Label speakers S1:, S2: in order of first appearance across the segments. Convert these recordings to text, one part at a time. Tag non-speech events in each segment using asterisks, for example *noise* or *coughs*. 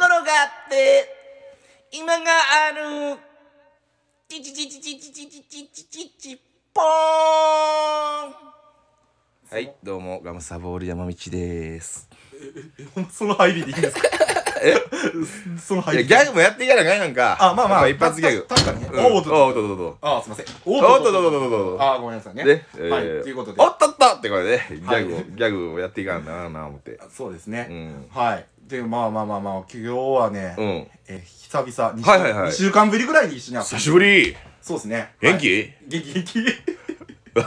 S1: って今があるチチチチチチチチチチチチポーンはいどうもガムサボール山道です
S2: ほん *laughs* まその入りでいいんですか *laughs* その
S1: い
S2: 入
S1: や
S2: り
S1: ギャグもやっていかなきゃなんか
S2: あまあまあ
S1: やっぱ一発ギャグ
S2: た確かにね
S1: うん
S2: お
S1: お
S2: う
S1: お
S2: おう
S1: とおうととと
S2: あすいませんお
S1: おっとっとっとっとっと
S2: あごめんなさいね
S1: で、え
S2: はい
S1: ー
S2: ということで
S1: おっとっとってこれで、ギ
S2: はい
S1: ャグを、ギャグをやっていかんなな思って。
S2: そうですね、
S1: うん
S2: はいでまあまあまあまあ今日はね、
S1: うん。
S2: え久々に、
S1: はいはいはい
S2: 2週間ぶりぐらいに一緒に会
S1: 久しぶり
S2: そうですね
S1: 元
S2: はい
S1: 気、
S2: 元気元気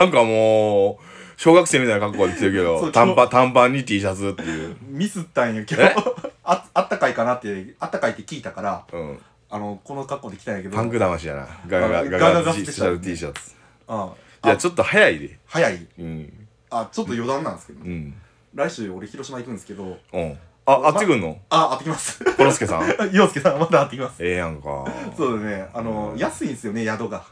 S2: *laughs*
S1: なんかもう、小学生みたいな格好で来てるけ
S2: そ
S1: ど、
S2: う
S1: 短パン、短パンに T シャツっていう。
S2: ミスったんや今
S1: え
S2: 日ああったかいかなってあったかいって聞いたから
S1: うん。
S2: あのこの格好で来たんやけど
S1: パンク魂やな。ガガガガ
S2: ガガ
S1: ガ
S2: ガ
S1: ガ
S2: ス
S1: ス
S2: ペ
S1: ペ
S2: シ
S1: シ
S2: ャ
S1: ャ
S2: ル
S1: ル T シャツ。
S2: うん
S1: いや、ちょっと早いで。
S2: 早い
S1: うん。
S2: あちょっと余談なんですけど、
S1: うん。
S2: 来週俺広島行くんですけど
S1: うん。あ、あっち来んの
S2: あ会ってきます
S1: コロスケさん。え
S2: 洋介さんまた会ってきます
S1: えやんか。
S2: そうだねあの安いんですよね宿が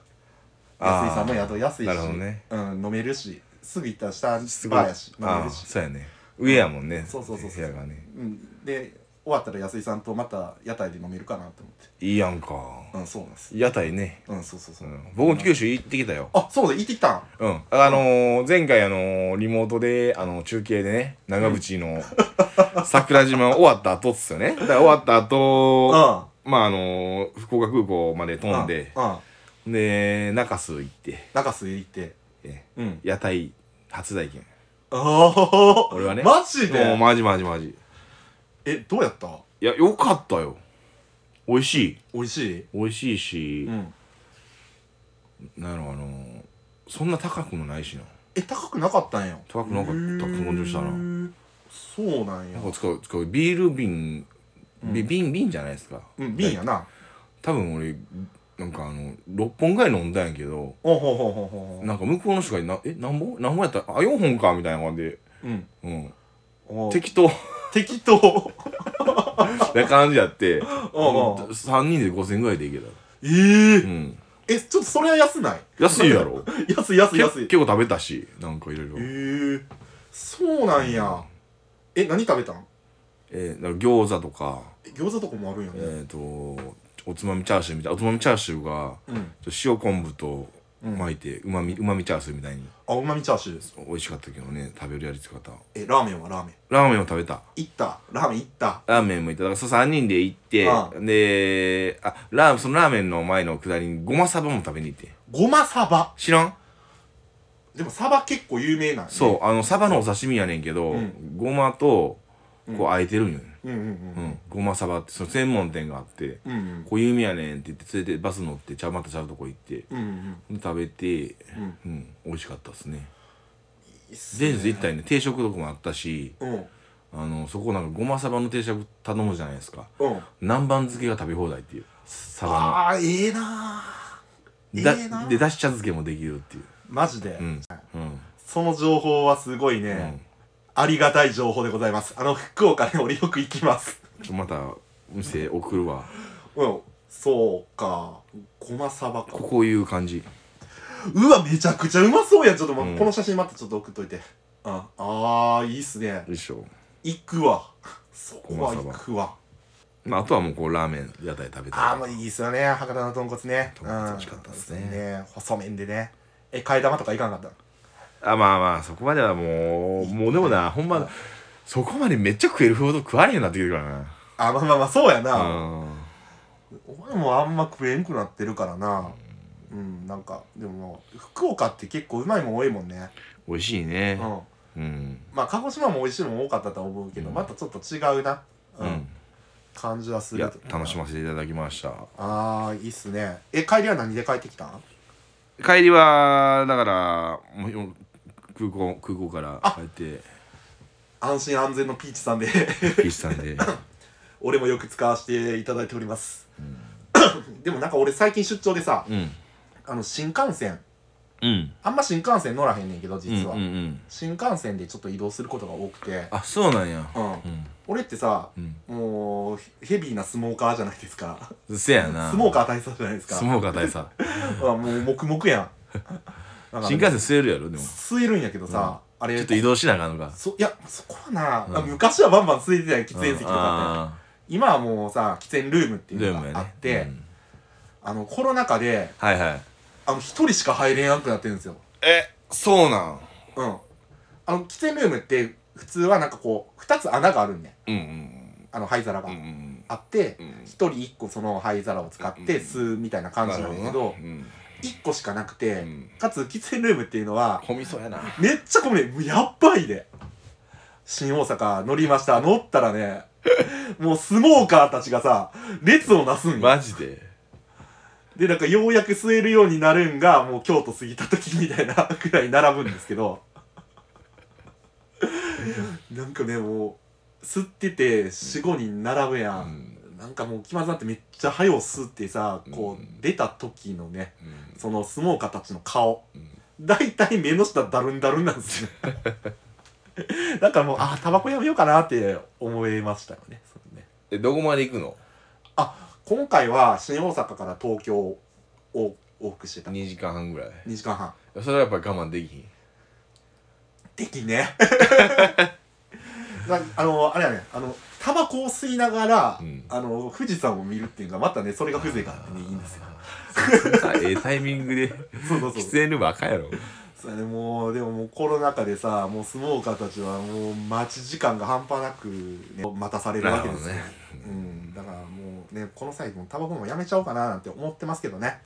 S1: あー
S2: 安いさんも宿安いし
S1: なるほどね
S2: うん、飲めるしすぐ行ったら下
S1: すごい。
S2: バーや
S1: あ
S2: し飲め
S1: あ、
S2: るし
S1: そうやね。上やもんね。
S2: そうそうそうそう
S1: 部屋がね。
S2: うん、で終わったら安井さんとまた屋台で飲めるかなと思って
S1: いいやんか。
S2: うんそうなんです
S1: 屋台ね。
S2: うんそうそうそうう、
S1: ん、僕も九州行ってきたよ。
S2: あそうだ行ってきたん
S1: うん。あのー、前回あのー、リモートで、あの、中継でね、長渕
S2: *laughs*
S1: の桜島終わった後っすよね。だから終わった
S2: うん
S1: 後、まああのー、福岡空港まで飛んで、
S2: うんうん
S1: で、中洲行って、
S2: 中洲へ行って
S1: え
S2: うん
S1: 屋台初体験。
S2: ああ
S1: 俺はね
S2: マジで
S1: もうマジマジマジ。
S2: えどうやった
S1: いや、よかったよ。美味しい。
S2: 美味しい
S1: 美味しいし、
S2: うん
S1: なんやろ、あのー、そんな高くもないしな。
S2: え高くなかったんや
S1: 高くなかった感じしたな
S2: へーそうなんや
S1: なんか使う、使う、ビール瓶、び瓶、瓶じゃないですか。
S2: うん瓶やな
S1: 多分俺なんかあの6本ぐらい飲んだんやけど
S2: おほうほうほうほうほ
S1: なんか向こうの人がな「え何本何本やったあ4本か」みたいな感じで、
S2: ううん
S1: うん、
S2: お
S1: 適当
S2: 適
S1: *laughs*
S2: 当
S1: な感じやって
S2: *laughs* おうおう
S1: 3人で5000円ぐらいでいけた、
S2: ええ
S1: うん、
S2: えちょっとそれは安ない
S1: 安いやろ
S2: *laughs* 安い安
S1: け
S2: い安い
S1: 結構食べたしなんかいろいろ
S2: ええそうなんやえ何食べたん
S1: えー、なんか餃子とか
S2: え餃子とかもあるんや
S1: えっ
S2: ね、、
S1: とおつまみチャーシューみたいなおつまみチャーシューが
S2: うん
S1: ちょっと塩昆布と
S2: うん
S1: 巻いてうまみうまみチャーシューみたいに
S2: あうまみチャーシューです
S1: 美味しかったけどね食べるやり方
S2: えラーメンはラーメン
S1: ラーメンを食べた
S2: いったラーメンいった
S1: ラーメンもいただからそう3人で行って
S2: あ
S1: であラーそのラーメンの前の下りにごまサバも食べに行って
S2: ごまサバ
S1: 知らん
S2: でもサバ結構有名なんやね
S1: そうあのサバのお刺身やねんけど、
S2: うん
S1: ごまとこうあえてるんよ、
S2: うんうん
S1: うんごまサバってその専門店があって
S2: うんうんうん
S1: こう有名やねんって言って連れてバス乗ってちゃうまたちゃうとこ行って
S2: うんうん
S1: 食べて、
S2: うん
S1: うん、美味しかったっすね
S2: いいっすね
S1: 全然一体ね定食とかもあったし
S2: うんうん
S1: あのそこなんかごまサバの定食頼むじゃないですか南蛮漬けが食べ放題っていうサバの
S2: ああーええなー
S1: だ
S2: ええなー
S1: でだし茶漬けもできるっていう
S2: マジで、
S1: うんうん
S2: その情報はすごいね、ありがたい情報でございますあの福岡ね俺よく行きます
S1: うんまた店送るわ
S2: うんそうかごまサバか
S1: ここういう感じ
S2: うわめちゃくちゃうまそうやんちょっと、ま
S1: うん
S2: この写真またちょっと送っといてああーいいっすね
S1: でしょ
S2: 行くわそこは
S1: ごま
S2: 行
S1: さば
S2: くわ
S1: まああとはもうこうラーメン屋台食べた
S2: あー
S1: り
S2: まあいいっすよね博多の豚骨ね
S1: 豚骨美味しかったっすね
S2: うん細麺でねえ替え玉とかいかんかった
S1: あまあまあそこまではもうもうでもなほんまそこまでめっちゃ食えるほど食われへんなってきてるから
S2: あまあまあまあそうや
S1: な
S2: な、
S1: うん
S2: 俺もあんま食えんくなってるからなうん、なんかでももう福岡って結構うまいもん多いもんね
S1: 美味しいうね
S2: ん
S1: うん
S2: まあ鹿児島も美味しいもん多かったとは思うけど、
S1: うん
S2: またちょっと違うな、
S1: う
S2: うん
S1: ん
S2: 感じはす
S1: い
S2: る
S1: や楽しませていただきました
S2: ああいいっすねえ帰りは何で帰ってきたん
S1: 帰りはだからもう空港空港から帰って
S2: 安心安全のピーチさんで *laughs*
S1: 岸さん
S2: *coughs*
S1: で
S2: 俺もよく使わせていただいております、 *coughs* でもなんか俺最近出張でさ
S1: うん
S2: あの新幹線
S1: うん
S2: あんま新幹線乗らへんねんけど
S1: うん
S2: 実は、
S1: うんうん
S2: 新幹線でちょっと移動することが多くて、
S1: あそうなんや
S2: うん、
S1: うん
S2: 俺ってさ
S1: うん
S2: もうヘヘビーなスモーカーじゃないですか
S1: せやな
S2: スモーカー大佐じゃないですか
S1: スモーカー大佐
S2: あもう黙々
S1: *laughs*
S2: やんだからね
S1: 新幹線吸えるやろでもち
S2: 吸えるんやけどさ、あれ
S1: ょっと移動しなあかんのか
S2: そいやそこはな、
S1: うん
S2: あ昔はバンバン吸えてたやん喫煙席とかって
S1: あ
S2: 今はもうさ喫煙ルームっていう
S1: ルー
S2: の
S1: ムやね
S2: があって、
S1: うん
S2: あのコロナ禍で
S1: はいはい
S2: あの一人しか入れなくなってるんですよ
S1: えそうなん
S2: うんあの喫煙ルームって普通はなんかこう2つ穴があるんね
S1: うん
S2: あの灰皿が、
S1: うんうんうん
S2: あって、
S1: うんうん
S2: 一人一個その灰皿を使って吸うみたいな感じなんだけど
S1: うん
S2: 一個しかなくて、
S1: ん
S2: かつ喫煙ルームっていうのは
S1: 混みそうやな
S2: めっちゃ混むねもうやっばいで新大阪乗りました乗ったらねもうスモーカーたちがさ列をなすんよ、
S1: マジで
S2: でなんかようやく吸えるようになるんがもう京都過ぎた時みたいなくらい並ぶんですけどなんかねもう吸ってて45人並ぶや、
S1: うんん
S2: なんかもう気まずなってめっちゃ早う吸ってさこ
S1: う
S2: うん出た時のね
S1: うん
S2: その相撲家たちの顔
S1: うん
S2: 大体目の下だるんだるんなんで
S1: *laughs*
S2: すよだからもうあータバコやめようかなって思いましたよねそれね
S1: えどこまで行くの
S2: 今回は新大阪から東京を往復してた2
S1: 2時間半ぐらい
S2: 時間半
S1: それはやっぱり我慢できひん
S2: できね *laughs* なあのあれやねあのタバコを吸いながら、
S1: うん
S2: あの富士山を見るっていうのがまたねそれが風情があってねいいんですよ
S1: それさええタイミングで
S2: そうそうそう
S1: 喫煙ルーム赤やろ
S2: それもうでももうコロナ禍でさもう相撲家たちはもう待ち時間が半端なく、ね、待たされるわけですよ、
S1: なる
S2: うん、だからもうねこの際もうタバコもやめちゃおうかななんて思ってますけどね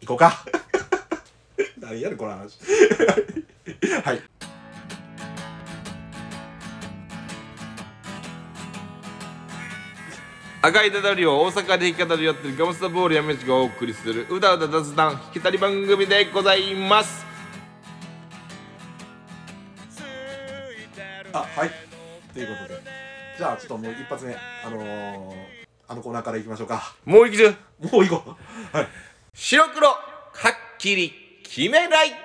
S2: 行こうか *laughs* 何やるこの話はい
S1: 赤いたたりを大阪で弾き語りをやってるガムスタボールやめちがお送りするうだうだ雑談弾き語り番組でございます
S2: あはいということでじゃあちょっともう一発目あのー、あのコーナーからいきましょうか
S1: もう行きる
S2: もう行こうはい
S1: 白黒はっきり決めないと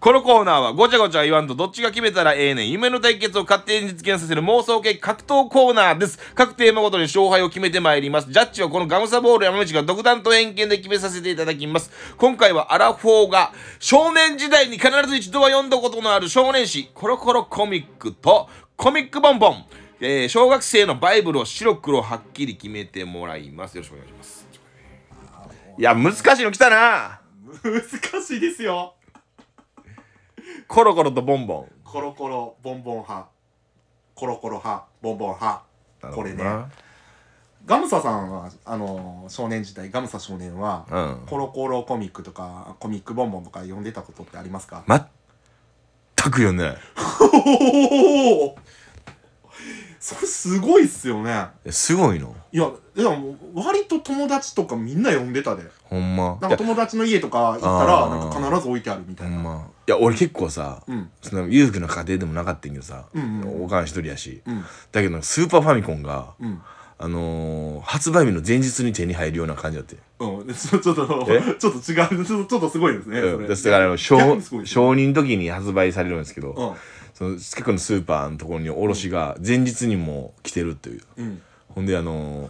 S1: このコーナーはごちゃごちゃ言わんとどっちが決めたらええねん夢の対決を勝手に実現させる妄想系格闘コーナーです各テーマごとに勝敗を決めてまいりますジャッジはこのガムサボール山道が独断と偏見で決めさせていただきます今回はアラフォーが少年時代に必ず一度は読んだことのある少年誌コロコロコミックとコミックボンボン、えー小学生のバイブルを白黒はっきり決めてもらいますよろしくお願いしますいや難しいの来たな
S2: 難しいですよ
S1: コロコロとボンボン
S2: コロコロボンボン派コロコロ派ボンボン派これねガムサさんはあのー少年時代ガムサ少年は、
S1: うん
S2: コロコロコミックとかコミックボンボンとか読んでたことってありますか、
S1: 全く読んでない
S2: おおそれすごいっすよね
S1: えすごいの
S2: いやでも割と友達とかみんな読んでたで
S1: ほんま
S2: なん
S1: い
S2: か
S1: や
S2: 友達の家とか行ったら
S1: あ
S2: な
S1: ー
S2: んか必ず置いてあるみた
S1: ほ
S2: いな、
S1: んまいや俺結構さ、
S2: うん
S1: その裕福な家庭でもなかったんやけどさ、
S2: うんうん
S1: おかん一人やし、
S2: うん
S1: だけどスーパーファミコンが、
S2: うん
S1: あのー発売日の前日に手に入るような感じだって
S2: うん、 *laughs* ちょちょっと、ちょっと
S1: え
S2: 違う、 *laughs* ちょっと、ちょっとすごいですね。
S1: うん
S2: それ
S1: ですだからあの
S2: 逆
S1: 小
S2: にすごいですね
S1: 承認時に発売されるんですけど、
S2: うん、
S1: その近くのスーパーのところに卸が前日にも来てるっていう
S2: うん、
S1: ほんであのー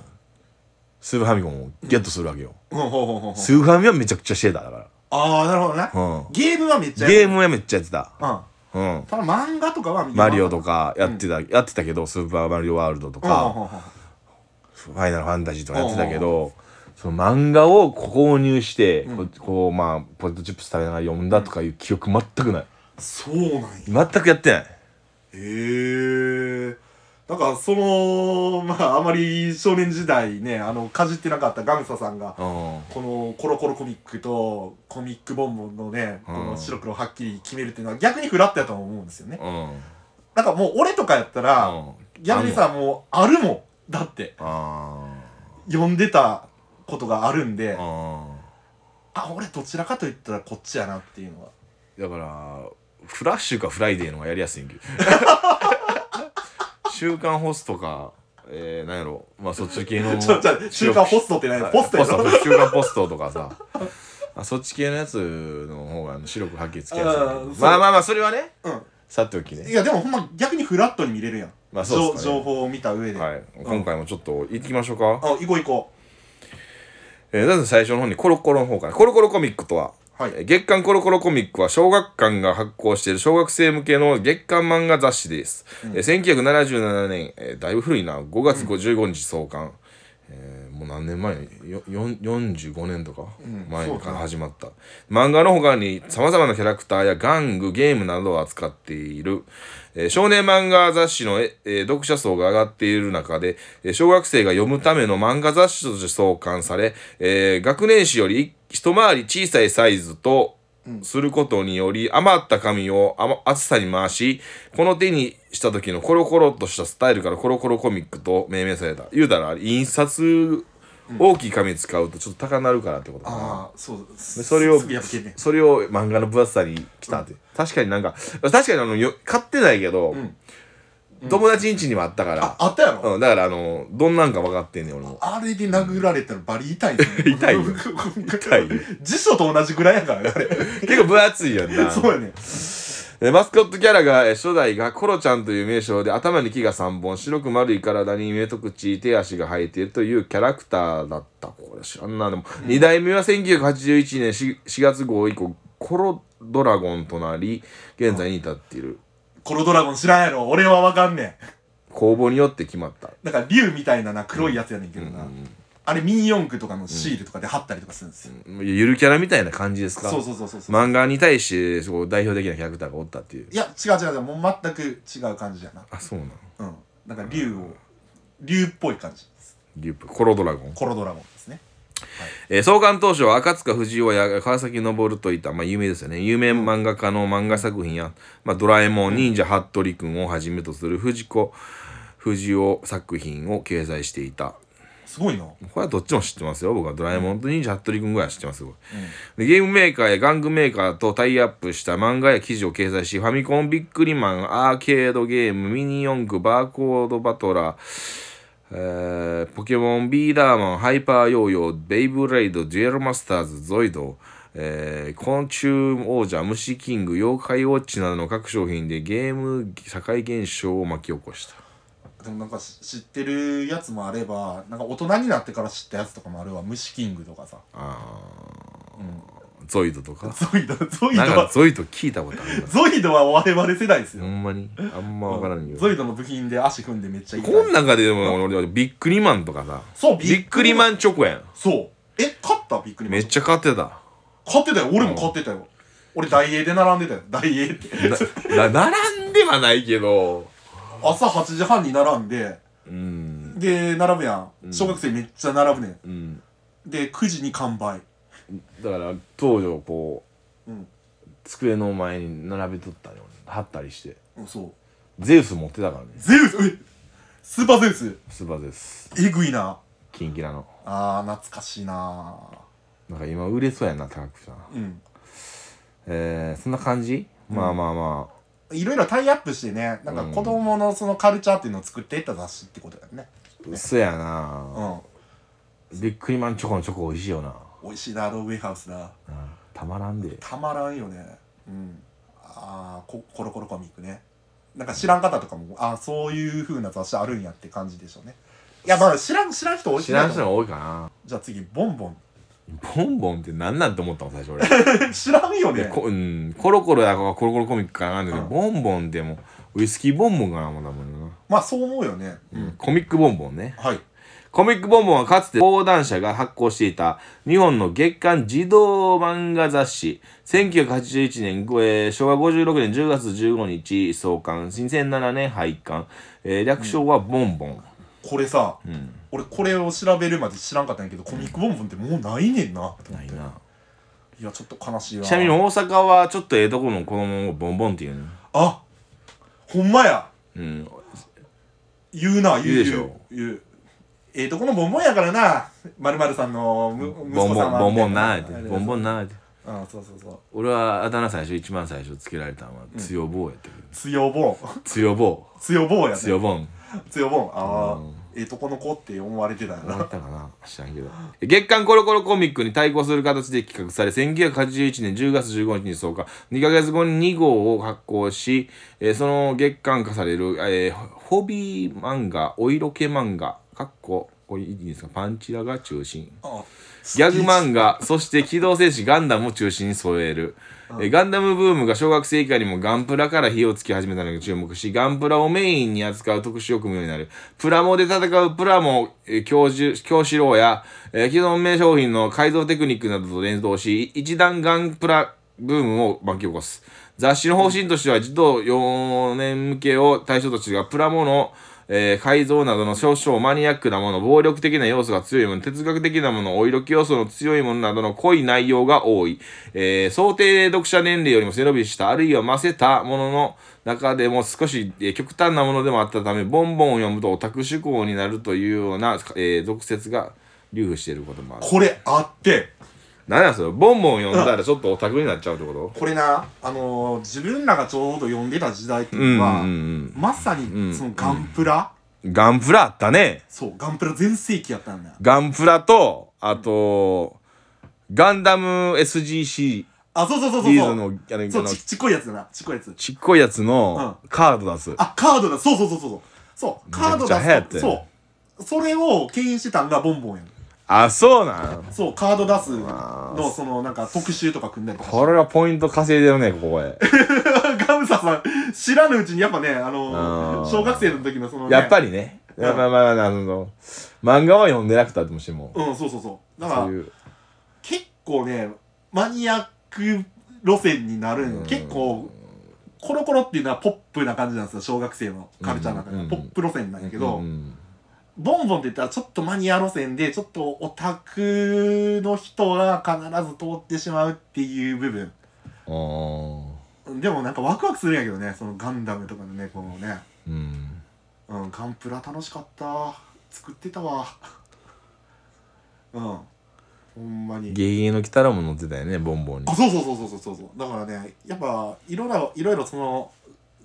S1: スーパーファミコンをゲットするわけよ、
S2: ほうほうほうほう。
S1: スーパーファミはめちゃくちゃしてただか
S2: ああ、なるほどね。
S1: ら、うん、
S2: ゲームはめっちゃやる
S1: ゲームはめっちゃやってた、
S2: うん。
S1: うん、
S2: ただ漫画とかは
S1: マリオとか
S2: か
S1: やってた、やってたけど「スーパーマリオワールド」とか
S2: あ
S1: 「ファイナルファンタジー」とかやってたけど、その漫画を購入して、
S2: うん
S1: ここうまあポテトチップス食べながら読んだとかいう記憶全くない
S2: そうなんや
S1: 全くやってない
S2: へえだからそのまああまり少年時代ねあのかじってなかったガムサさんが
S1: うん
S2: このコロコロコミックとコミックボンボンのねこ
S1: う
S2: の
S1: ん
S2: 白黒はっきり決めるっていうのは逆にフラットやと思うんですよね
S1: うん
S2: だからもう俺とかやったら逆にさもうあるもんだって
S1: あ
S2: 呼んでたことがあるんで
S1: ーあ
S2: あ俺どちらかといったらこっちやなっていうのは
S1: ーだからフラッシュかフライデーの方がやりやすいん
S2: *laughs*
S1: けど週刊ホストかえー、なんやろまあそっち系の
S2: ちょちょ週刊ホストってないポストやろ
S1: ポスト週刊ポストとかさあそっち系のやつの方があの白くはっきりつきやすいけど
S2: あーそう
S1: まあまあまあそれはね
S2: うん
S1: さておき
S2: い
S1: ね
S2: やでもほんま逆にフラットに見れるやん、
S1: まあそうっすかね
S2: 情情報を見た上で、
S1: はい
S2: ん
S1: 今回もちょっと行きましょうか、
S2: あ行こう行こ
S1: えー、まず最初の方にコロコロの方からコロコロコミックとは
S2: はい
S1: えー月刊コロコロコミックは小学館が発行している小学生向けの月刊漫画雑誌です、えー1977年、えーだいぶ古いな5月55日創刊、えーもう何年前よよん45年とか
S2: ん
S1: 前
S2: そう
S1: か
S2: だ
S1: ら
S2: な
S1: 始まった、漫画の他にさまざまなキャラクターや玩具ゲームなどを扱っている、えー少年漫画雑誌の、ええー読者層が上がっている中で、えー小学生が読むための漫画雑誌として創刊され、えー学年誌より一回り小さいサイズとすることにより余った紙をあま厚さに回しこの手にした時のコロコロっとしたスタイルからコロコロコミックと命名された言うたら印刷大きい紙使うとちょっと高なるからってことかな、
S2: ああそう
S1: で
S2: で
S1: それを
S2: すぐ破けんねん
S1: それを漫画の分厚さに来たって、確かになんか確かにあのよ買ってないけど、
S2: ん
S1: 友達ん家にはあったか
S2: あ
S1: ら、
S2: あったやろ、
S1: うん、だからあのどんなんか分かってんねん俺も *laughs*
S2: あれで殴られたらバリ痛いですね *laughs*
S1: 痛いよ痛いよ
S2: 辞書と同じぐらいやからねあれ
S1: 結構分厚いやんな
S2: *laughs* そうやねん
S1: えーマスコットキャラがえー初代がコロちゃんという名称で頭に木が3本白く丸い体に目と口手足が生えているというキャラクターだったこれ知らんなでも、2代目は1981年 4, 月号以降コロドラゴンとなり現在に至っている
S2: コロドラゴン知らんやろ俺はわかんねん
S1: 公募によって決まった
S2: なんか竜みたいなな黒いやつやねんけどな、あれミニ四駆とかのシールとかで貼ったりとかするんですよ、
S1: ゆるキャラみたいな感じですか
S2: そうそうそうそうそう、
S1: 漫画に対してこう代表的なキャラクターがおったっていう
S2: いや違う違う違うもう全く違う感じやな
S1: あそうなの
S2: うんなんか竜を竜っぽい感じです
S1: リュープコロドラゴン
S2: コロドラゴンですね
S1: えー創刊当初は赤塚不二夫や川崎昇といった、まあ、有名ですよね有名漫画家の漫画作品や「まあ、ドラえもん」「忍者服部くん」をはじめとする藤子不二雄作品を掲載していた
S2: すごいな
S1: これはどっちも知ってますよ僕は「ドラえもん」と「忍者服部くん」ぐらいは知ってますよ、でゲームメーカーや玩具メーカーとタイアップした漫画や記事を掲載しファミコンビックリマンアーケードゲームミニ四駆バーコードバトラーえーポケモンビーダーマンハイパーヨーヨーベイブレイドデュエルマスターズゾイド、えー昆虫王者虫キング妖怪ウォッチなどの各商品でゲーム社会現象を巻き起こした
S2: でもなんかし知ってるやつもあればなんか大人になってから知ったやつとかもあるわ虫キングとかさ、
S1: あ
S2: うん、
S1: ーゾイドとか
S2: ゾイドゾイド
S1: なんか
S2: は
S1: ゾイド聞いたことあるな
S2: ゾイドは我々世代です
S1: ほ
S2: よ、
S1: んまにあんまわからんよ
S2: ゾイドの部品で足組んでめっちゃ痛い
S1: こん中でも俺俺ビックリマンとかさ
S2: そう
S1: ビックリマ
S2: ン
S1: ンチョコやん
S2: そうえ勝ったビックリマン
S1: めっちゃ買ってた
S2: 買ってたよ俺も買ってたよ俺ダイエーで並んでたよダイエーって
S1: なな並んではないけど
S2: 朝8時半に並んで
S1: うん
S2: で並ぶやん小学生めっちゃ並ぶねん
S1: うん
S2: で9時に完売
S1: だから当時こう、
S2: うん
S1: 机の前に並べとったよ貼ったりして
S2: うんそう
S1: ゼウス持ってたからね
S2: ゼウスえスーパーゼウス
S1: スーパーゼウス
S2: えぐいな
S1: キンキラの
S2: あー懐かしいな
S1: なんか今売れそうやな高くさ
S2: うん
S1: えー、そんな感じ、まあまあまあ
S2: いろいろタイアップしてねなんか子供のそのカルチャーっていうのを作っていった雑誌ってことだよね
S1: 嘘やな、
S2: う
S1: ビックリマンチョコのチョコ美味しいよな、
S2: ん美味しいなローウェイハウスな
S1: うんたまらんで
S2: たまらんよねうんああコロコロコミックねなんか知らん方とかもああそういう風な雑誌あるんやって感じでしょうねいやまあ知らん知らん人多い
S1: 知らん人
S2: ん
S1: が多いかな
S2: じゃあ次ボンボン
S1: ボンボンってなんなんて思ったの最初俺
S2: 知らんよね
S1: でこ、うん、コロコロやからコロコロコミックかなんだけど、
S2: うん
S1: ボンボンでもウイスキーボンボンかなもんだもんな、
S2: まあそう思うよねう、
S1: うんん、コミックボンボンね
S2: はい
S1: コミックボンボンはかつて講談社が発行していた日本の月刊児童漫画雑誌1981年、えー昭和56年10月15日創刊2007年廃刊、えー略称はボンボン、
S2: これさ
S1: うん
S2: 俺これを調べるまで知らんかったんやけどコミックボンボンってもうないねんなと思
S1: な
S2: っ
S1: い
S2: て
S1: ない
S2: やちょっと悲しいわ
S1: ちなみに大阪はちょっとええとこの子供をボンボンっていうね
S2: あほんまや
S1: うん
S2: 言うな
S1: 言
S2: 言
S1: う
S2: う
S1: でしょ
S2: 言う言うええとこのボンボンやからなまるまるさんのむ息
S1: ボン
S2: 子
S1: ボ
S2: さ
S1: ン
S2: ん
S1: ボンボンなーって
S2: あれ
S1: ボンボンなーって
S2: ああそうそうそう
S1: 俺はあだ名最初一番最初つけられたのは強棒やったけど、
S2: 強ボン *laughs*
S1: 強棒
S2: 強ボンやね
S1: 強棒
S2: 強ボンああ
S1: うん
S2: ええとこの子って思われてたよ *laughs*
S1: 思
S2: な
S1: ったかな知らんけど月刊コロコロコミックに対抗する形で企画され1981年10月15日に創刊2ヶ月後に2号を発行し、えーその月刊化される、えーホビー漫画お色気漫画かっここれいいんですかパンチラが中心
S2: あ
S1: ギャグ漫画そして機動戦士ガンダムを中心に添える、えガンダムブームが小学生以下にもガンプラから火をつけ始めたのに注目しガンプラをメインに扱う特集を組むようになるプラモで戦うプラモえー教授教師郎や、えー既存名商品の改造テクニックなどと連動し一段ガンプラブームを巻き起こす雑誌の方針としては児童4年向けを対象としてがプラモの、えー改造などの少々マニアックなもの暴力的な要素が強いもの哲学的なものお色気要素の強いものなどの濃い内容が多い、えー想定読者年齢よりも背伸びしたあるいはませたものの中でも少し、えー極端なものでもあったためボンボンを読むとオタク思考になるというような、えー俗説が流布していることもある
S2: これあって
S1: 何やそれボンボン読んだらちょっとオタクになっちゃうってこと
S2: これなあのー自分らがちょうど読んでた時代って
S1: う
S2: いうんのは、
S1: うんうん
S2: まさにそのガンプラ、
S1: ガンプラあったね
S2: そうガンプラ全盛期やったんだよ
S1: ガンプラとあとガンダム SGC シ
S2: あそうそうそうそう
S1: リー
S2: そ
S1: ズ
S2: う
S1: のあの
S2: そ
S1: あ
S2: う
S1: の
S2: ちちっこいやつだなちっこいやつ
S1: ちっこいやつのカード出す、
S2: あカードだそうそうそうそうそうそう
S1: めち
S2: カ
S1: ゃ
S2: ード
S1: くちゃ
S2: 出
S1: 流行った
S2: す
S1: よ
S2: そうそれを牽引してたんがボンボンやん
S1: あそうなん
S2: そうカード出す
S1: あ
S2: のそのなんか特集とか組んだりとか
S1: これはポイント稼いでるねここへ
S2: *laughs* ガムサさん知らぬうちにやっぱねあの
S1: あー
S2: 小学生の時のその、ね、
S1: やっぱりね、
S2: うん
S1: まあまあまあまあその漫画は読んでなくたともしても
S2: うんそうそうそうだから
S1: そういう
S2: 結構ねマニアック路線になるん
S1: うん
S2: 結構コロコロっていうのはポップな感じなんですよ小学生のカルチャーの中では、
S1: うん
S2: ポップ路線なんやけど、
S1: うん
S2: ボンボンって言ったらちょっとマニア路線でちょっとオタクの人が必ず通ってしまうっていう部分
S1: あー
S2: でもなんかワクワクするんやけどねそのガンダムとかのねこのね、
S1: うん
S2: うん、ガンプラ楽しかった作ってたわうんほんまに
S1: ゲゲゲの鬼太郎も乗ってたよねボンボンに
S2: あそうそうそうそうそうそうだからねやっぱいろいろいろいろその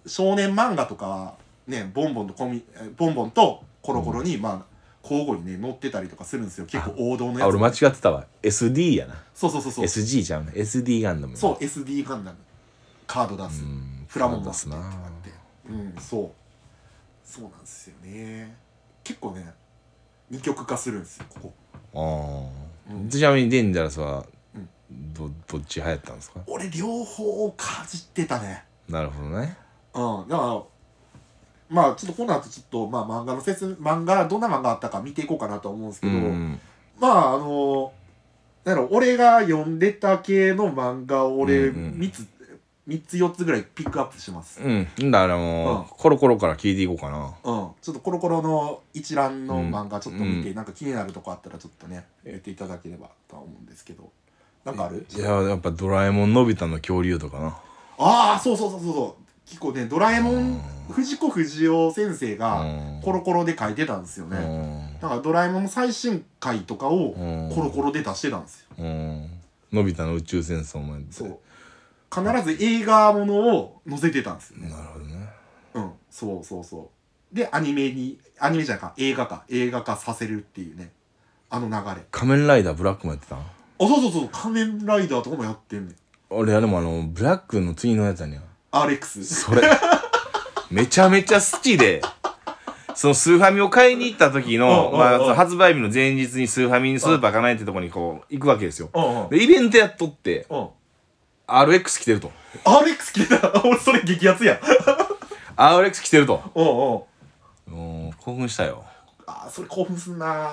S2: 少年漫画とかねボンボンとコミえボンボンとコロコロに、まあ交互にね載ってたりとかするんですよ結構王道の
S1: あ
S2: やつ
S1: 俺間違ってたわ SD やな
S2: そうそうそうそう、
S1: SG じゃん SD ガンダム
S2: そう SD ガンダムカード出す、
S1: うん
S2: プラモン
S1: 出
S2: 出す
S1: す
S2: って
S1: な
S2: なってうんそうそうなんですよね結構ね二極化するんですよここ
S1: ああ、
S2: うん
S1: ちなみにデンジャラスは、
S2: うん
S1: どどっち流行ったんですか
S2: 俺両方をかじってたね
S1: なるほどね
S2: うん、だからまあちょっとこの後ちょっとまあ漫画の説漫画どんな漫画あったか見ていこうかなと思うんですけど、
S1: うん
S2: まああのなんやろ俺が読んでた系の漫画を俺
S1: うんうん
S2: 3つ、三つ4つぐらいピックアップします、うん
S1: うんだからもう、
S2: うん
S1: コロコロから聞いていこうかな
S2: ちょっとコロコロの一覧の漫画ちょっと見て、
S1: う
S2: なんか気になるとこあったらちょっとね言っていただければとは思うんですけどなんかある
S1: いややっぱ「ドラえもんのび太の恐竜」とかな
S2: ああそうそうそうそうそう結構ね「ドラえもん」藤子不二雄先生が、
S1: うん
S2: コロコロで書いてたんですよ
S1: う
S2: ね、
S1: ん
S2: だからドラえもんの最新回とかを
S1: うん
S2: コロコロで出してたんですよ、
S1: うんのび太の宇宙戦争もやって
S2: そう必ず映画ものを載せてたんですよね
S1: なるほどね
S2: うんそうそうそうでアニメにアニメじゃないか映画か映画化させるっていうねあの流れあ
S1: 「仮面ライダーブラック」もやってた
S2: そうそうそう仮面ライダーとかもやってんねん
S1: 俺あれもあのブラックの次のやつやねん
S2: アレックス *laughs*
S1: それめちゃめちゃ好きでそのスーファミを買いに行った時の、
S2: うんうんうん
S1: まあ、その発売日の前日にスーファミにスーパーかないってとこにこう行くわけですよ
S2: うんうん
S1: でイベントやっとって
S2: うん
S1: RX 来てると
S2: RX 聞いた *laughs* 俺それ激アツやん
S1: RX 来てると
S2: うんうん
S1: もう興奮したよ
S2: あーそれ興奮すんな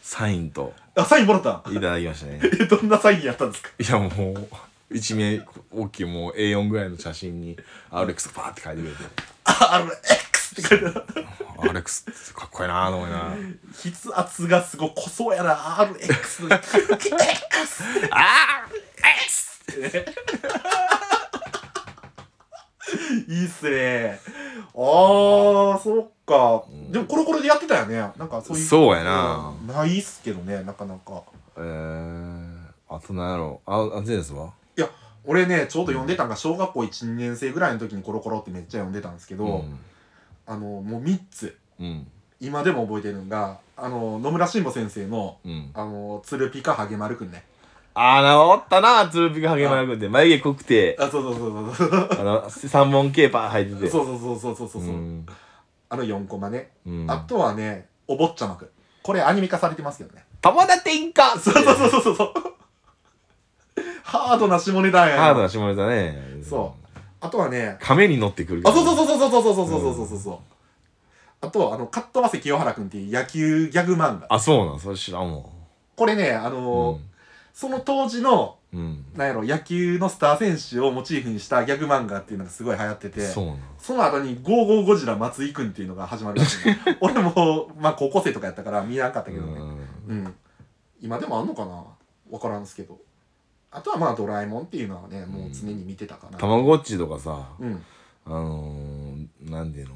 S1: サインと
S2: あサインもらったん *laughs*
S1: いただきましたね
S2: えどんなサインやったんですか
S1: *laughs*
S2: *laughs*
S1: いやもう一面大きいもう A4 ぐらいの写真に RX バーって書いてくれて
S2: あ RX って書いてある
S1: RX ってかっこいいなと思いな
S2: 筆圧がすごい濃そうやな RX の X
S1: あ
S2: いいっすねあーそっか、でもコロコロでやってたよねなんかそういう
S1: そうやな
S2: うんないっすけどねなかなか
S1: *laughs* えー、あと何やろうあアゼンスはい
S2: や俺ねちょうど読んでたんが小学校12年生ぐらいの時にコロコロってめっちゃ読んでたんですけど、あのもう3つ
S1: うん
S2: 今でも覚えてるのがあの野村慎吾先生の
S1: うん
S2: あの鶴ピカハゲ丸くんね
S1: あーなおったなツルピカハゲマヤ君って眉毛濃くて
S2: あそうそうそうそうそう
S1: あの三本ケーパー入ってて
S2: そうそうそうそうそうそう、
S1: ん
S2: あの4コマね
S1: うん
S2: あとはね、お坊ちゃまくん。これアニメ化されてますけどね
S1: 友達インカ
S2: そうそうそうそうそうそうハードな下ネタや
S1: ハード
S2: な
S1: な下ネタね。。
S2: そうあとはね
S1: 亀に乗ってくる。
S2: あそうそうそうそうそうそうそうそうそうそうそうあとはあのカットマセ清原くんっていう野球ギャグ漫画
S1: あ、そうなん、それ知らんも
S2: これねあのー
S1: ん。
S2: その当時の
S1: うん。
S2: なんやろ野球のスター選手をモチーフにしたギャグ漫画っていうのがすごい流行ってて
S1: そうなん。
S2: その後に「ゴーゴーゴジラ松井くん」っていうのが始まるらしいね *laughs* 俺もまあ高校生とかやったから見なかったけどねうん、今でもあんのかな分からんすけどあとはまあ「ドラえもん」っていうのはねもう常に見てたかな
S1: たまごっちとかさ、
S2: うん
S1: あのー、なんていうの、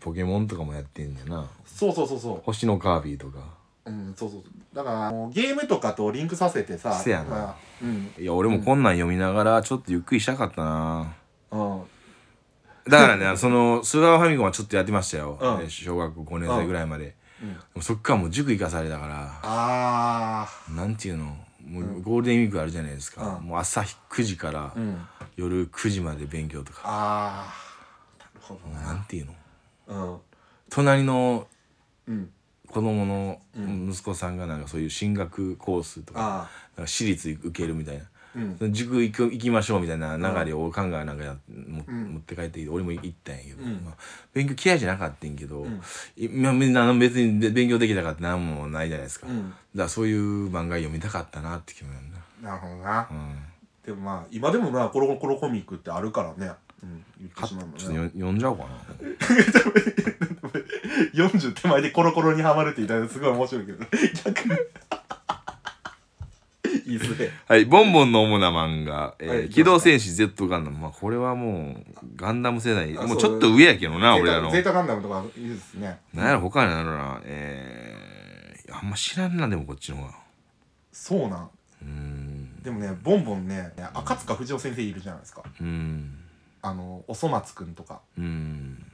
S1: ポケモンとかもやってんじゃな。
S2: そうそうそうそ
S1: 星のカービィとか。
S2: ううんそうそうだからあのゲームとかとリンクさせてさ
S1: せやな
S2: まあうん
S1: いや、俺もこんなん読みながら、ちょっとゆっくりしたかったな。
S2: うん
S1: だから
S2: *laughs*
S1: ね、その、スーパーファミコンはちょっとやってましたよ。
S2: うん
S1: ね小学校5年生ぐらいまで。
S2: うん
S1: でもそっからもう塾行かされたから、
S2: あ
S1: なんていうの、もううゴールデンウィークあるじゃないですか。
S2: うん
S1: もう朝9時から
S2: ーうん
S1: 夜9時まで勉強とか。
S2: あーなるほど
S1: な
S2: なん
S1: ていうの
S2: うん
S1: 隣の
S2: うん
S1: 子供の息子さんがなんかそういう進学コースとか,、
S2: あ
S1: なんか私立受けるみたいな
S2: あうん
S1: その塾行く行きましょうみたいな流れをおかんがなんかやも
S2: うん
S1: 持って帰ってきて俺も行ったんやけど、
S2: うん
S1: まあ勉強嫌いじゃなかったんやけど、
S2: ん
S1: 今別にで勉強できたかってなんもないじゃないですか、
S2: う
S1: だか
S2: ん
S1: らそういう漫画読みたかったなって気分なんだ、
S2: なるほどな
S1: うん、
S2: でもまあ今でもなコロコロコミックってあるからね、うん、言っ
S1: かち
S2: てし
S1: ょ
S2: まう
S1: っ
S2: の
S1: と
S2: ね
S1: よ読んじゃおうかな
S2: *laughs* 40手前でコロコロにハマるって言ったらすごい面白いけどね逆にいいっすね
S1: はい、ボンボンの主な漫画、えー
S2: はい
S1: 機動戦士 Z ガンダム、まあ、これはもう、ガンダム世代、
S2: あ
S1: もうち
S2: そう
S1: ょっと上やけどな、
S2: ゼー
S1: 俺ら
S2: タ
S1: の
S2: ゼ。ータガンダムとかいいですね
S1: なんやろ、他になるな、えー、あんま知らんな、でもこっちの方が。
S2: そうなん
S1: うーん、
S2: でもねボンボンね赤塚不二夫先生いるじゃないですか
S1: うーん、
S2: あのおそ松くんとか
S1: うーん、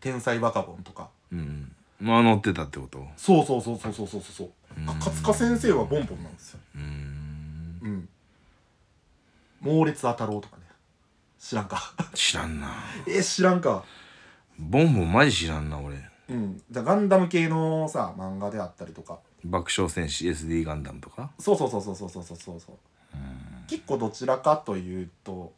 S2: 天才バカボンとか
S1: うん。まあ、乗ってたってことう
S2: そうそうそうそうそうそうそう赤塚先生はボンボンなんですよ
S1: ーん、
S2: うん猛烈あたろうとかね知らんか *laughs*
S1: 知らんな。
S2: え知らんか
S1: ボンボンマジ知らんな、俺。
S2: うん、じゃあガンダム系のさ漫画であったりとか
S1: 爆笑戦士 SD ガンダムとか。
S2: そうそうそうそうそうそうそうそう結構どちらかというと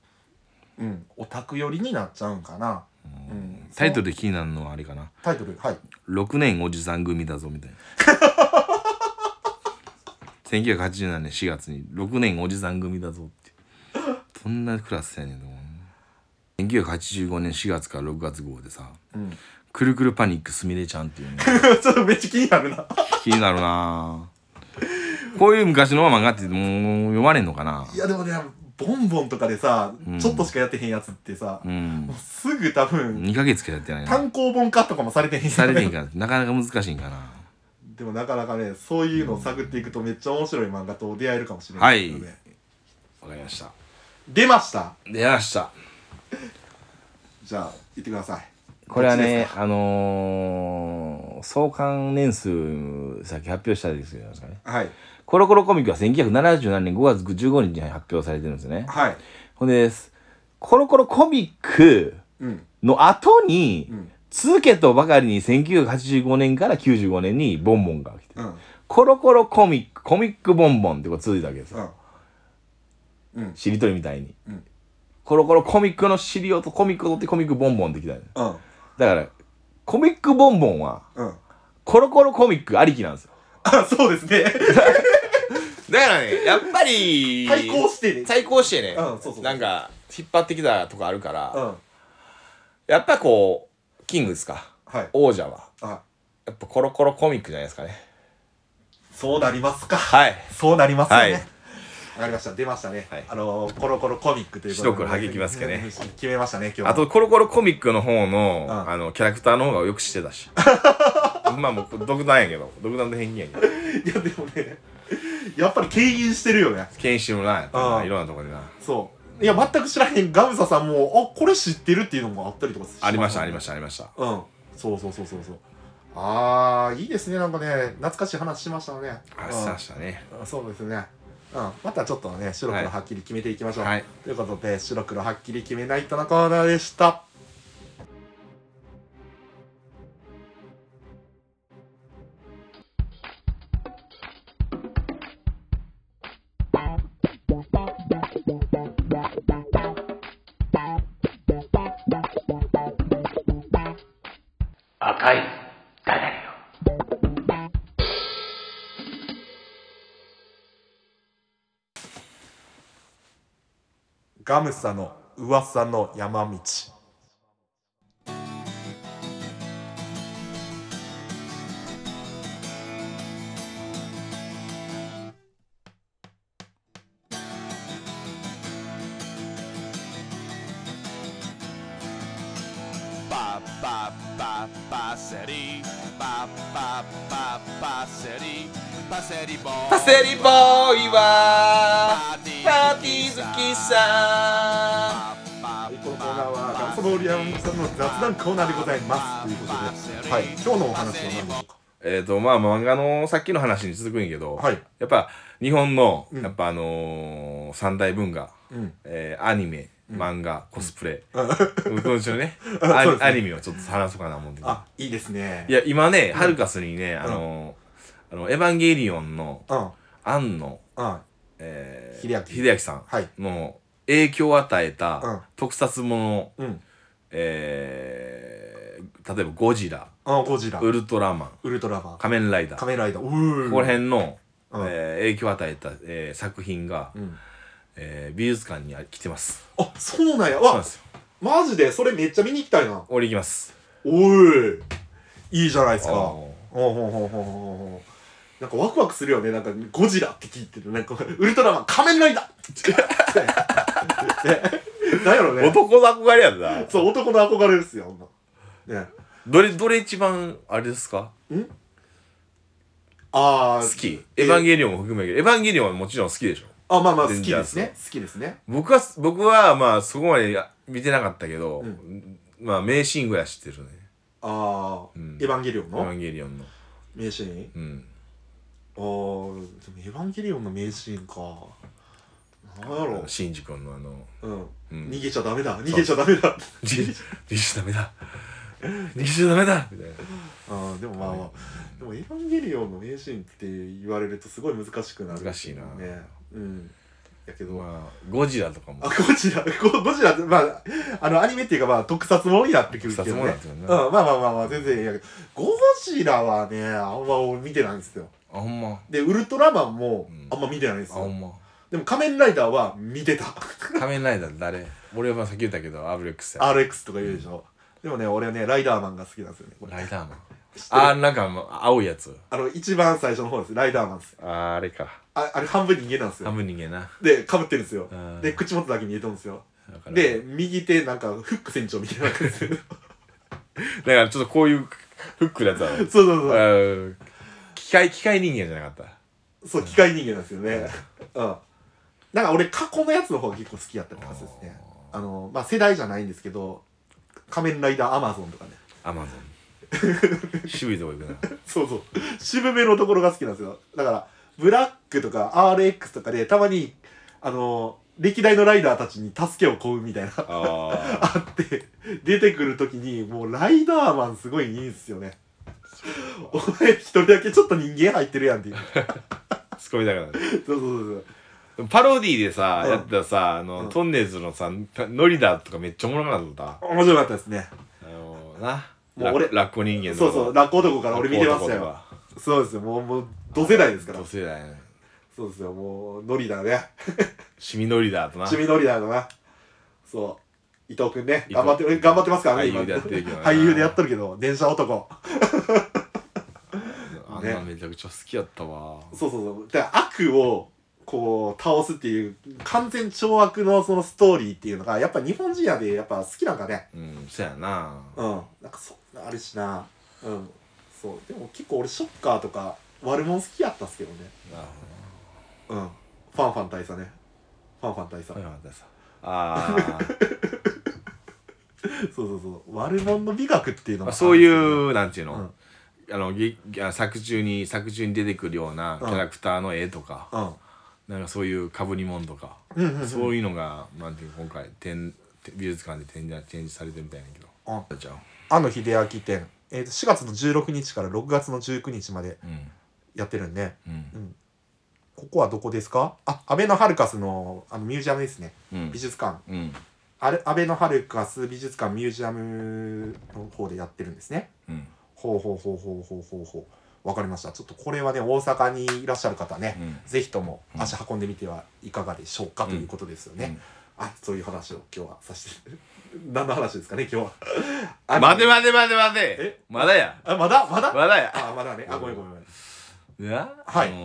S2: うんオタク寄りになっちゃうんかな、うん、
S1: タイトル
S2: ル
S1: で気になるのはあれかな。
S2: タイトルはい *laughs*
S1: 6年おじさん組だぞみたいな *laughs* 1987年4月に6年おじさん組だぞってどんなクラスやねんと思う1985年4月から6月号でさ
S2: うん、
S1: 「くるくるパニックすみれちゃん」っていうね
S2: ちょっとめっちゃ気になるな
S1: 気になるなぁこういう昔の漫画ってもう読まれんのかない
S2: やでもねボンボンとかでさ、
S1: うん
S2: ちょっとしかやってへんやつってさ、
S1: う
S2: も
S1: ん
S2: うすぐ多分
S1: 2ヶ月しかやってないな
S2: 単行本化とかもされてへんやん
S1: されてんからなかなか難しいんかな
S2: でもなかなかねそういうのを探っていくとめっちゃ面白い漫画と出会えるかもしれ
S1: は
S2: ない
S1: い
S2: ので、
S1: わかりました
S2: 出ました
S1: 出ました
S2: じゃあ言ってください
S1: これは
S2: どっちで
S1: ね
S2: すか
S1: あのー、創刊年数さっき発表したんですけどね
S2: はい
S1: コロコロコミックは1977年5月15日に発表されてるんですね
S2: はい
S1: ほんでですコロコロコミック
S2: うん
S1: の後に、
S2: うん
S1: 続けとばかりに1985年から95年にボンボンが来て、
S2: うん
S1: コロコロコミックコミックボンボンってこう続いたわけですよ
S2: うんうん
S1: しりとりみたいに、
S2: うん
S1: コロコロコミックのしりをとコミックを取ってコミックボンボンってきたんです
S2: うん
S1: だからコミックボンボンは
S2: うん
S1: コロコロコミックありきなんですよ。
S2: あそうですね
S1: だからね、やっぱり、
S2: 対抗してね
S1: 対抗してね、
S2: うんそうそうそう
S1: なんか、引っ張ってきたとこあるか
S2: う
S1: ら、
S2: ん
S1: やっぱこう、キングですか、
S2: はい
S1: 王者は、
S2: あ
S1: やっぱコロコロコミックじゃないですかね。
S2: そうなりますか
S1: はい。
S2: そうなりますよ
S1: は
S2: ね、はいいわかりました出ましたね、
S1: はい
S2: あのコロコロコミックということ
S1: 一袋はぎきますけどね
S2: 決めましたね今日
S1: あと、コロコロコミックの方の、
S2: うん
S1: あの、キャラクターの方がよく知ってた
S2: *laughs*
S1: し。まあもう、独断やけど、独断と偏見やけど、
S2: いやでもねやっぱり敬遠してるよね
S1: 剣士もな、やっぱな
S2: うん
S1: いろんなとこでな。
S2: そういや全く知らへんガムサさんもあこれ知ってるっていうのもあったりとか
S1: ありました、ありま
S2: し
S1: した、ありました。
S2: たうんそうそうそうそうそうあーいいですねなんかね懐かしい話しましたね
S1: あ、
S2: うん
S1: しましたね。
S2: そうですね。うん、またちょっとね白黒はっきり決めていきましょう、
S1: はい
S2: ということで白黒はっきり決めないとのコーナーでした
S3: 「
S1: 対ダダリオ
S2: ガムサの噂の山道
S3: パパパパセリパパパパセリパセリボー
S1: パセリボーイはパ
S3: パ
S1: ー
S3: ー
S1: テ
S3: テ
S1: ィ
S3: ィ
S1: ー
S3: ー
S1: 好き
S3: 好き
S1: さ
S3: パ
S2: このコーナーはガムサボール山道さんの雑談コーナーでございますということで、はい、今日のお話は何でしょうか
S1: えっ、とまあ漫画のさっきの話に続くんやけど、
S2: はい
S1: やっぱ日本の、
S2: うん
S1: やっぱあのー三大文化、
S2: うん
S1: えーアニメ漫画、コスプレ、うん、今週ね
S2: *laughs* あ
S1: ア
S2: そうですね
S1: アニメをちょっと話そうかな思って
S2: あいいですね
S1: いや今ねハルカスにね、あのーあの「エヴァンゲリオン」の
S2: うん
S1: 庵野、
S2: うん
S1: えー
S2: 秀明
S1: 秀明さん
S2: はい
S1: の影響を与え
S2: うん
S1: た特撮もの、
S2: うん
S1: えー例えば「ゴジラ」
S2: あゴジ
S1: 「
S2: ラ
S1: ウルトラマン」
S2: ウルトラマ
S1: 「
S2: ン
S1: 仮面ライダー」
S2: 仮面ライダーうー
S1: ここら辺の、
S2: うん
S1: えー影響を与えた、えー作品が、
S2: うん
S1: えー美術館にあ来てます
S2: あそうなんや
S1: そうなん
S2: わ
S1: ですよ
S2: マジでそれめっちゃ見に行きたいな
S1: 俺行きます
S2: おいいいじゃないですか
S1: あー
S2: ほうほうほうほうほうほうなんかワクワクするよねなんかゴジラって聞いてるなんかウルトラマン仮面ライダーね *laughs* なんやろね
S1: 男の憧れやんな
S2: そう男の憧れですよほんなね
S1: どれどれ一番あれですか
S2: ああ
S1: 好きエヴァンゲリオンも含めるけどエヴァンゲリオンはもちろん好きでしょ
S2: あまあまあ好
S1: レン
S2: き
S1: ジャー
S2: で
S1: ズ
S2: すね好きですね
S1: 僕は僕はまあそこまで見てなかったけど、
S2: ん
S1: まあ名シーンぐらいは知ってるね
S2: ああ、
S1: うん
S2: エヴァンゲリオン
S1: エヴァ
S2: の
S1: ンゲリオンの
S2: 名シーン
S1: うん
S2: ああでもエヴァンゲリオンの名シーンかなんやろ
S1: シンジ君のあの *laughs*
S2: うん、
S1: うん
S2: 逃げちゃダメだ逃げちゃダメだ
S1: 「逃げ逃げちゃダメだ逃げちゃダメだ」みたいな
S2: あーでもまあまあ、でも「エヴァンゲリオン」の名シーンって言われるとすごい難しくなる
S1: 難しいな
S2: ねうんやけど、
S1: まあゴジラとかも
S2: あゴジラゴゴジラってまああのアニメっていうかまあ特撮ものになってくるけど
S1: 特撮もの
S2: ね
S1: だったよね
S2: うん、まあまあまあまあ全然いいやけどゴジラはねあんま俺見てないんですよ
S1: あほんま
S2: でウルトラマンも
S1: うん
S2: あんま見てないんで
S1: あ
S2: すよ、
S1: ほんま
S2: でも仮面ライダーは見てた
S1: 仮面ライダー誰俺はまあさっき言ったけどアブレックスや
S2: RX とか言うでしょ、でもね俺はねライダーマンが好きなんですよねこれ
S1: ライダーマン
S2: 知ってる
S1: あーなんかもう青いやつ
S2: あの一番最初の方ですライダーマンです
S1: あーあれか
S2: ああれ半分人間なんですよ
S1: ハム人間な
S2: で、かぶってるんですよ
S1: うん。
S2: で、口元だけ見えとるんですよ。
S1: だから
S2: で、右手なんかフック船長みた
S1: *laughs*
S2: いな感じで
S1: だからちょっとこういうフックのやつだろ
S2: そうそうそう。
S1: うん機械機械人間じゃなかっ
S2: そう、機械人間なんですよね。うん。なんか俺、過去のやつの方が結構好きやったって感じですね。あの、まあ、世代じゃないんですけど、仮面ライダーアマゾンとかね。
S1: たア *laughs* マゾン渋いとこ行くな
S2: そうそう。渋めのところが好きなんですよ。だから、ブラックとか RX とかで、たまに、あの、歴代のライダーたちに助けを請うみたいな、 *laughs*
S1: あ
S2: あって、出てくるときに、もうライダーマンすごいいいんすよね。お前一人だけちょっと人間入ってるやんっていう。
S1: あツッコミだから
S2: そうそうそう
S1: パロディでさ、
S2: うん
S1: やってたさあの、
S2: うん
S1: トンネルズのさノリダとかめっちゃおもろかった
S2: そう。面白かったですね。
S1: あのな
S2: もう俺
S1: ラッコラッコ人間の
S2: そうそう、ラッコ男から俺見てました
S1: ラッコ男
S2: よ
S1: と。か
S2: そうですよ、もう、もう、同世代ですから
S1: 同。世代ね
S2: そうですよ、もう、ノリだね。
S1: シミノリダとな
S2: 趣味ノリだな。そう。伊藤くんね、
S1: 伊藤
S2: 頑張って、俺頑張ってますからね、
S1: 俳優でやってるけどな
S2: 俳優でやっとるけど、電車男。
S1: あんなめちゃくちゃ好きやったわ
S2: そうそうそう。だから悪を、こう、倒すっていう、完全懲悪のそのストーリーっていうのが、やっぱ日本人やで、やっぱ好きなんかね。
S1: うんそやな
S2: うんなんかそんなあるしなうんそうでも結構俺ショッカーとか悪者好きやったっすけどね
S1: なる
S2: うんファンファン大佐ねファンファン大佐、
S1: ほどよかったさあ
S2: そうそうそう悪者の美学っていうの
S1: ーそういう
S2: *laughs*
S1: うなんていうの,、あのぎぎあ作中に作中に出てくるようなキャラクターの絵とか、
S2: うん
S1: なんかそういうかぶり物とか、
S2: うんうんうん
S1: そういうのがなんていうの今回展美術館で展示展示されてるみたいなんやけど
S2: あ
S1: じゃあ
S2: あの秀明展、えー、と4月の16日から6月の19日まで
S1: うん
S2: やってるんで
S1: うん
S2: ここはどこですかあ安倍のハルカスのあのミュージアムですね
S1: うん
S2: 美術館
S1: うん
S2: あれ安倍のハルカス美術館ミュージアムの方でやってるんですね
S1: うん
S2: ほうほうほうほうほうほうほうわかりましたちょっとこれはね大阪にいらっしゃる方ね、
S1: うん
S2: ぜひとも足運んでみてはいかがでしょうか、ということですよね、あそういう話を今日はさせて *laughs* 何の話ですかね今
S1: *laughs*
S2: 日はあ
S1: 待て待て待て待て
S2: え
S1: まだや
S2: あまだまだ
S1: まだや
S2: あまだねあごめんごめんごめん
S1: な
S2: はい
S1: あの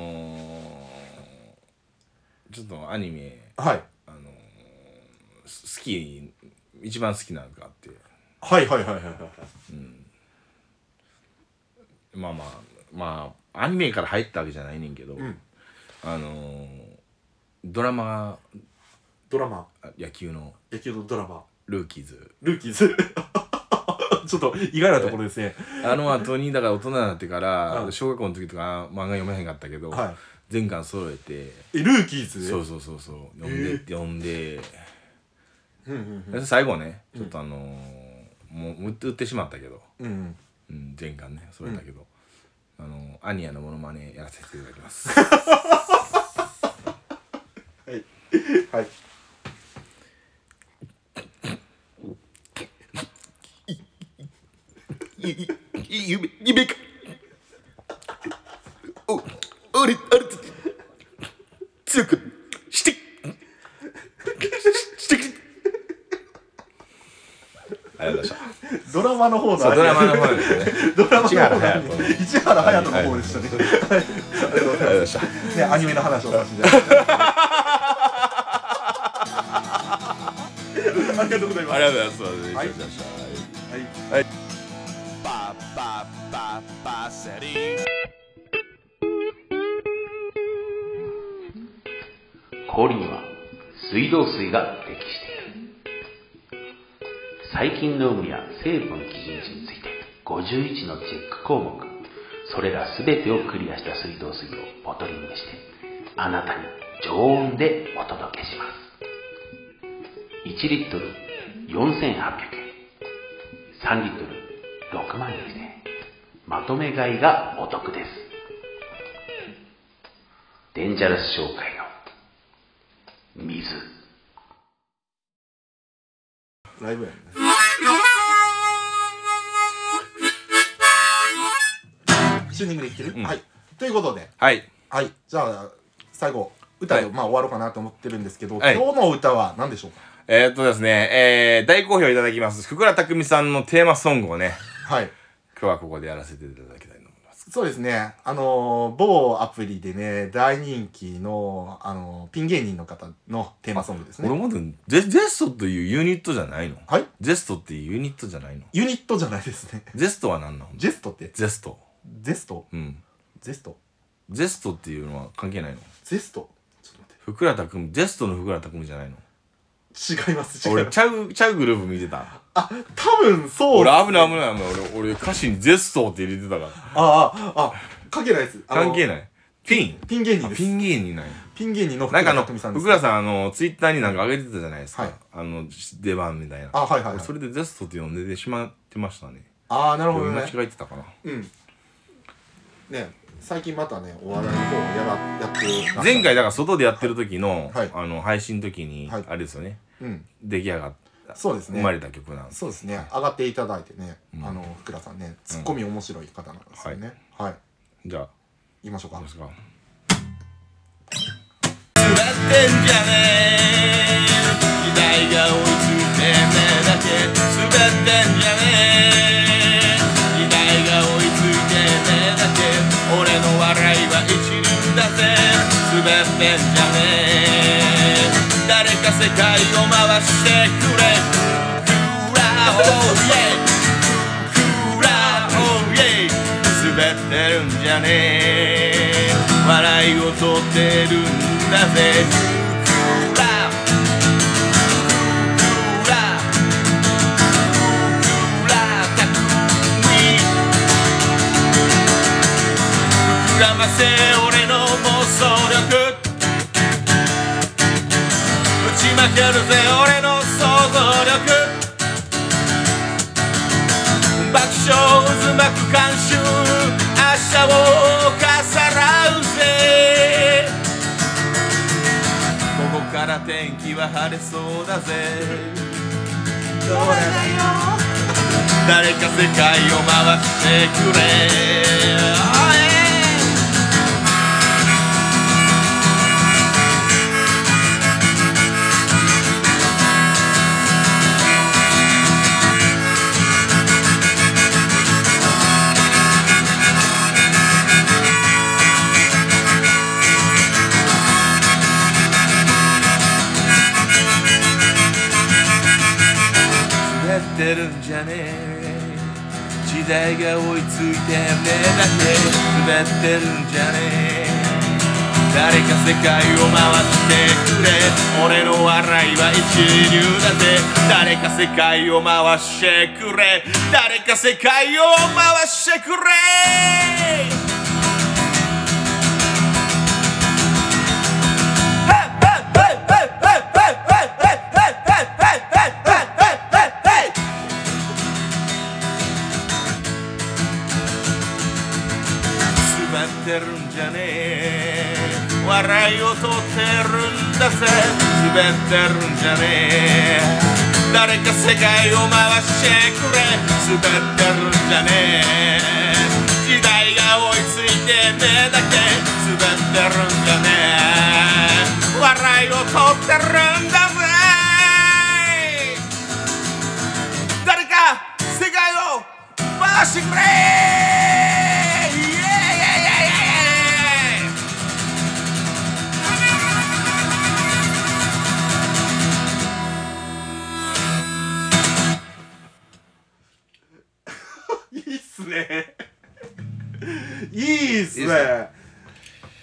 S1: ーちょっとアニメ
S2: はい
S1: あのーす好き一番好きなのがあって
S2: はいはいはいはいはい
S1: まあまあまあアニメから入ったわけじゃないねんけど、
S2: ん
S1: あのードラマ
S2: ドラマ
S1: あ野球の
S2: 野球のドラマ
S1: ルーキーズ
S2: ルーキーズ *laughs* ちょっと意外なところですね
S1: あの後にだから大人になってから
S2: うん
S1: 小学校の時とか漫画読めへんかったけど、
S2: はい
S1: 全巻揃えて
S2: えルーキーズ
S1: そうそうそうそう読んでって読んで、
S2: うんうん
S1: で最後ねちょっとあのーもう売って売ってしまったけど、
S2: うんうん
S1: うん、全巻ね揃えたけど、あのーアニアのモノマネやらせていただきます
S2: *laughs* はいはい
S1: ゆゆ夢夢かお俺あれ強くしてしてありがとうございました
S2: ドラマの方
S1: そ
S2: だ
S1: うドラマの方ですね
S2: *laughs* ドラマの
S1: 市原隼人の
S2: 市原隼人の方でしたね。はいありがとうございました。ね、アニメの話をさせていただきます。ありがとうございます。
S1: ありがとうござい
S2: はい
S1: ます
S2: はい
S3: ba ba ba ba city.
S4: 氷には水道水が適している細菌の有無や成分基準値について51のチェック項目それら全てをクリアした水道水をボトリングしてあなたに常温でお届けします1リットル4800円3リットル6万円でまとめ買いがお得ですデンジャラス商会の水
S2: ライブやね。チューニングできてる、
S1: ん
S2: はい。ということで、
S1: はい
S2: はい。じゃあ、最後、歌で、
S1: はい
S2: まあ終わろうかなと思ってるんですけど、
S1: はい
S2: 今日の歌は何でしょうか
S1: えーっとですね、えー、大好評いただきます福倉拓美さんのテーマソングをね
S2: はい。
S1: 今日はここでやらせていただきたいと思います
S2: そうですね。あのー某アプリでね、大人気の、あのーピン芸人の方のテーマソングです
S1: 俺ま
S2: ね。
S1: だゼゼストというユニットじゃないの
S2: はい
S1: ゼストっていうユニットじゃないの
S2: ユニットじゃないですね。
S1: ゼストは何なの
S2: ジェストって、
S1: ゼスト
S2: ゼスト
S1: うん
S2: ゼスト
S1: ゼストっていうのは関係ないの
S2: ゼストちょっと待
S1: 福倉拓夢ゼストの福倉拓夢じゃないの
S2: って。違います、違い
S1: 俺
S2: ます。
S1: ちゃうちゃうグループ見てた
S2: あ、多分そう。
S1: 俺危ない危ない危ない俺俺歌詞にゼストって入れてたから
S2: ああ、あ、関係ないです。あの
S1: 関係ないピン
S2: ピン芸
S1: あ
S2: 人です。
S1: ピン芸人ない
S2: ピン芸人の
S1: なんかあの
S2: 匠さんで
S1: 福倉
S2: す。
S1: さんあのツイッターになんか上げてたじゃないですか、
S2: はい
S1: あの出番みたいな
S2: あ、はいはい、はい
S1: そ。れでゼストって呼んでてしまってましたね
S2: ああ、なるほ
S1: 読
S2: ど
S1: み間
S2: ね。
S1: 違えてたかな
S2: うん。ね、最近またね、お笑いの方をやら、やって
S1: 前回だから外でやってる時の、
S2: はい
S1: あの配信の時に、
S2: はい
S1: あれですよね
S2: うん。
S1: 出来上がった
S2: そうですね。
S1: 生まれた曲なんです
S2: そうですね。上がっていただいてね、あの、福倉さんね、ツッコミ面白い方なんですよね。はい。
S1: じゃあ
S2: 言いましょうか
S1: どうで。すかつらってんじゃねえ期待が追いついて目だけ滑ってんじゃねえ期待が追いついて目だけ俺の笑いは一輪だぜ滑ってんじゃねえ誰か世界を回してくれクラオイエイクラオイエイ滑ってるんじゃねえ笑いを取ってるんだぜクラクラクラたくみ膨らませ俺の妄想力打ち負けるぜ俺の想像力爆笑渦巻く慣習明日をかさらうぜここから天気は晴れそうだぜどうだよ
S3: 誰か世界を回してくれ、あえー滑ってるんじゃねえ時代が追いついて目だけ滑ってるんじゃねえ誰か世界を回してくれ俺の笑いは一流だぜ誰か世界を回してくれ誰か世界を回してくれ詰まってるんじゃねえ笑いを取ってるんだぜ滑ってるんじゃねえ誰か世界を回してくれ滑ってるんじゃねえ時代が追いついて目だけ滑ってるんじゃねえ笑いを取ってるんだぜ誰か世界を回してくれイエーイイエーイイエーイイエーイ
S2: いいっすね。いいっす
S1: いいっす
S2: ね。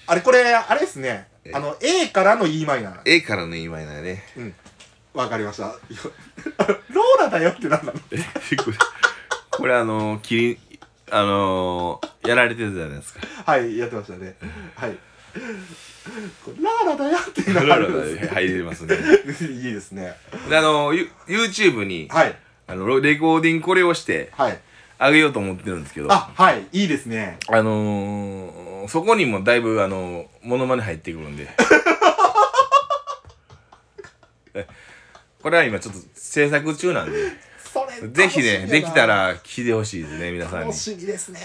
S2: あれ、これ、あれっすね
S1: え。
S2: あの、A からの E マイナー。
S1: A からの言い前だね
S2: うん。わかりました。 *laughs* よローラだよってなんなの
S1: え *laughs* これこれあのキリンあのー、やられてるじゃないですか
S2: はい、やってましたね。はい。これラーラだよっていう
S1: ラ
S2: の
S1: ラ
S2: があ
S1: ラ
S2: るんですね。
S1: 入れますね
S2: *laughs* いいですね。
S1: であのユ YouTube に、
S2: はい。
S1: あのレコーディングこれをして
S2: はい。
S1: あげようと思ってるんですけど
S2: あ、はい。いいですね。
S1: あのー、そこにもだいぶあのー、モノマネ入ってくるんで *laughs* えこれは今ちょっと制作中なんで
S2: それ
S1: ぜひねできた。
S2: 楽
S1: ら聞
S2: し
S1: いてほしいですね皆
S2: みやな
S1: さんに
S2: 楽しみですね。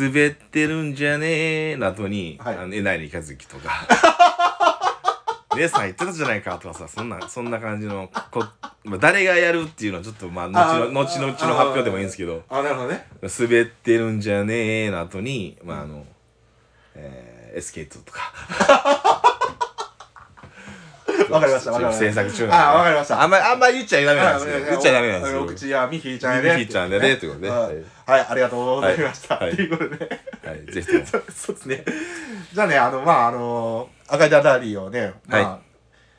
S1: 滑ってるんじゃねえの後に、
S2: はい
S1: あのえなりかずきとか *laughs* 姉さん言ってたじゃないかとかさそんなそんな感じのこ、まあ、誰がやるっていうのはちょっとまあ後の
S2: あー
S1: 後々の発表でもいいんですけど
S2: あ、なるほどね。
S1: 滑ってるんじゃねえの後にまああの、えー、エスケートとか
S2: わかりましたわかりました
S1: 制作中なんで
S2: あーわかりました
S1: あんまりあんまり言っちゃダメなんですけど言っちゃダメなんです
S2: お
S1: よ
S2: 口はミヒーちゃんやで。
S1: ミヒーちゃんやでということで
S2: ん
S1: はい
S2: はい、ありがとうございました。と
S1: はい
S2: いうことで。 *laughs*
S1: はい、ぜひとも
S2: そうそうですね。じゃあね、あの、まあ、あの、赤いダダリーをね、まあ、、
S1: は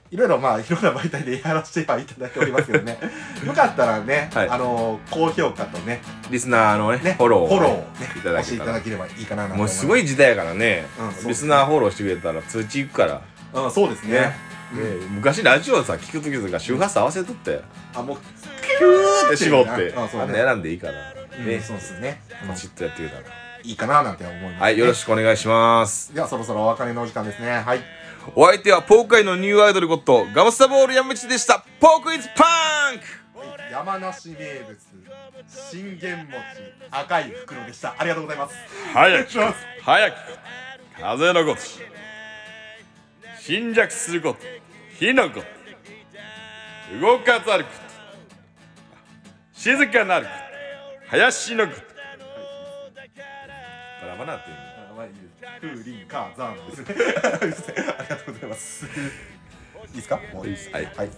S1: い
S2: ろいろ、まあ、いろんな媒体でやらせてはいただいておりますけど
S1: *laughs*
S2: ね、よかったらね、
S1: はい
S2: あの、高評価とね、
S1: リスナーのね
S2: ね
S1: フォローをね
S2: フォローをね、
S1: いただ
S2: して
S1: け
S2: い
S1: た
S2: た
S1: ら
S2: だければいいかななんて思
S1: もうすご
S2: い
S1: い時代やからね、
S2: うんそう
S1: リスナーフォローしてくれたら通知行くから
S2: ます。うん、そうですね。
S1: ねね昔ラジオさ聞く時とか周波数合わせとって
S2: あ、もう、
S1: キューって絞って
S2: あそう
S1: あ
S2: ね
S1: んな選んでいいから
S2: うん
S1: ね
S2: そうですね。
S1: ポチッとやってくれたら
S2: いいかななんて思います。
S1: はいよろしくお願いします
S2: では、そろそろお別れのお時間ですね。はい。
S1: お相手はポーク界のニューアイドルゴッドガムスタボール山道でしたポークイズパンク
S2: 山梨名物、信玄餅、赤い袋でした。ありがとうございます。
S1: 早
S2: く早く
S1: 早く風のごと侵略すること火のこと動かざること静かなること林のことバラバラっていう
S2: あまあいいです。風林火 *laughs* 山ですね。ありがとうございます。いいですか？もういいです。
S1: はい
S2: はい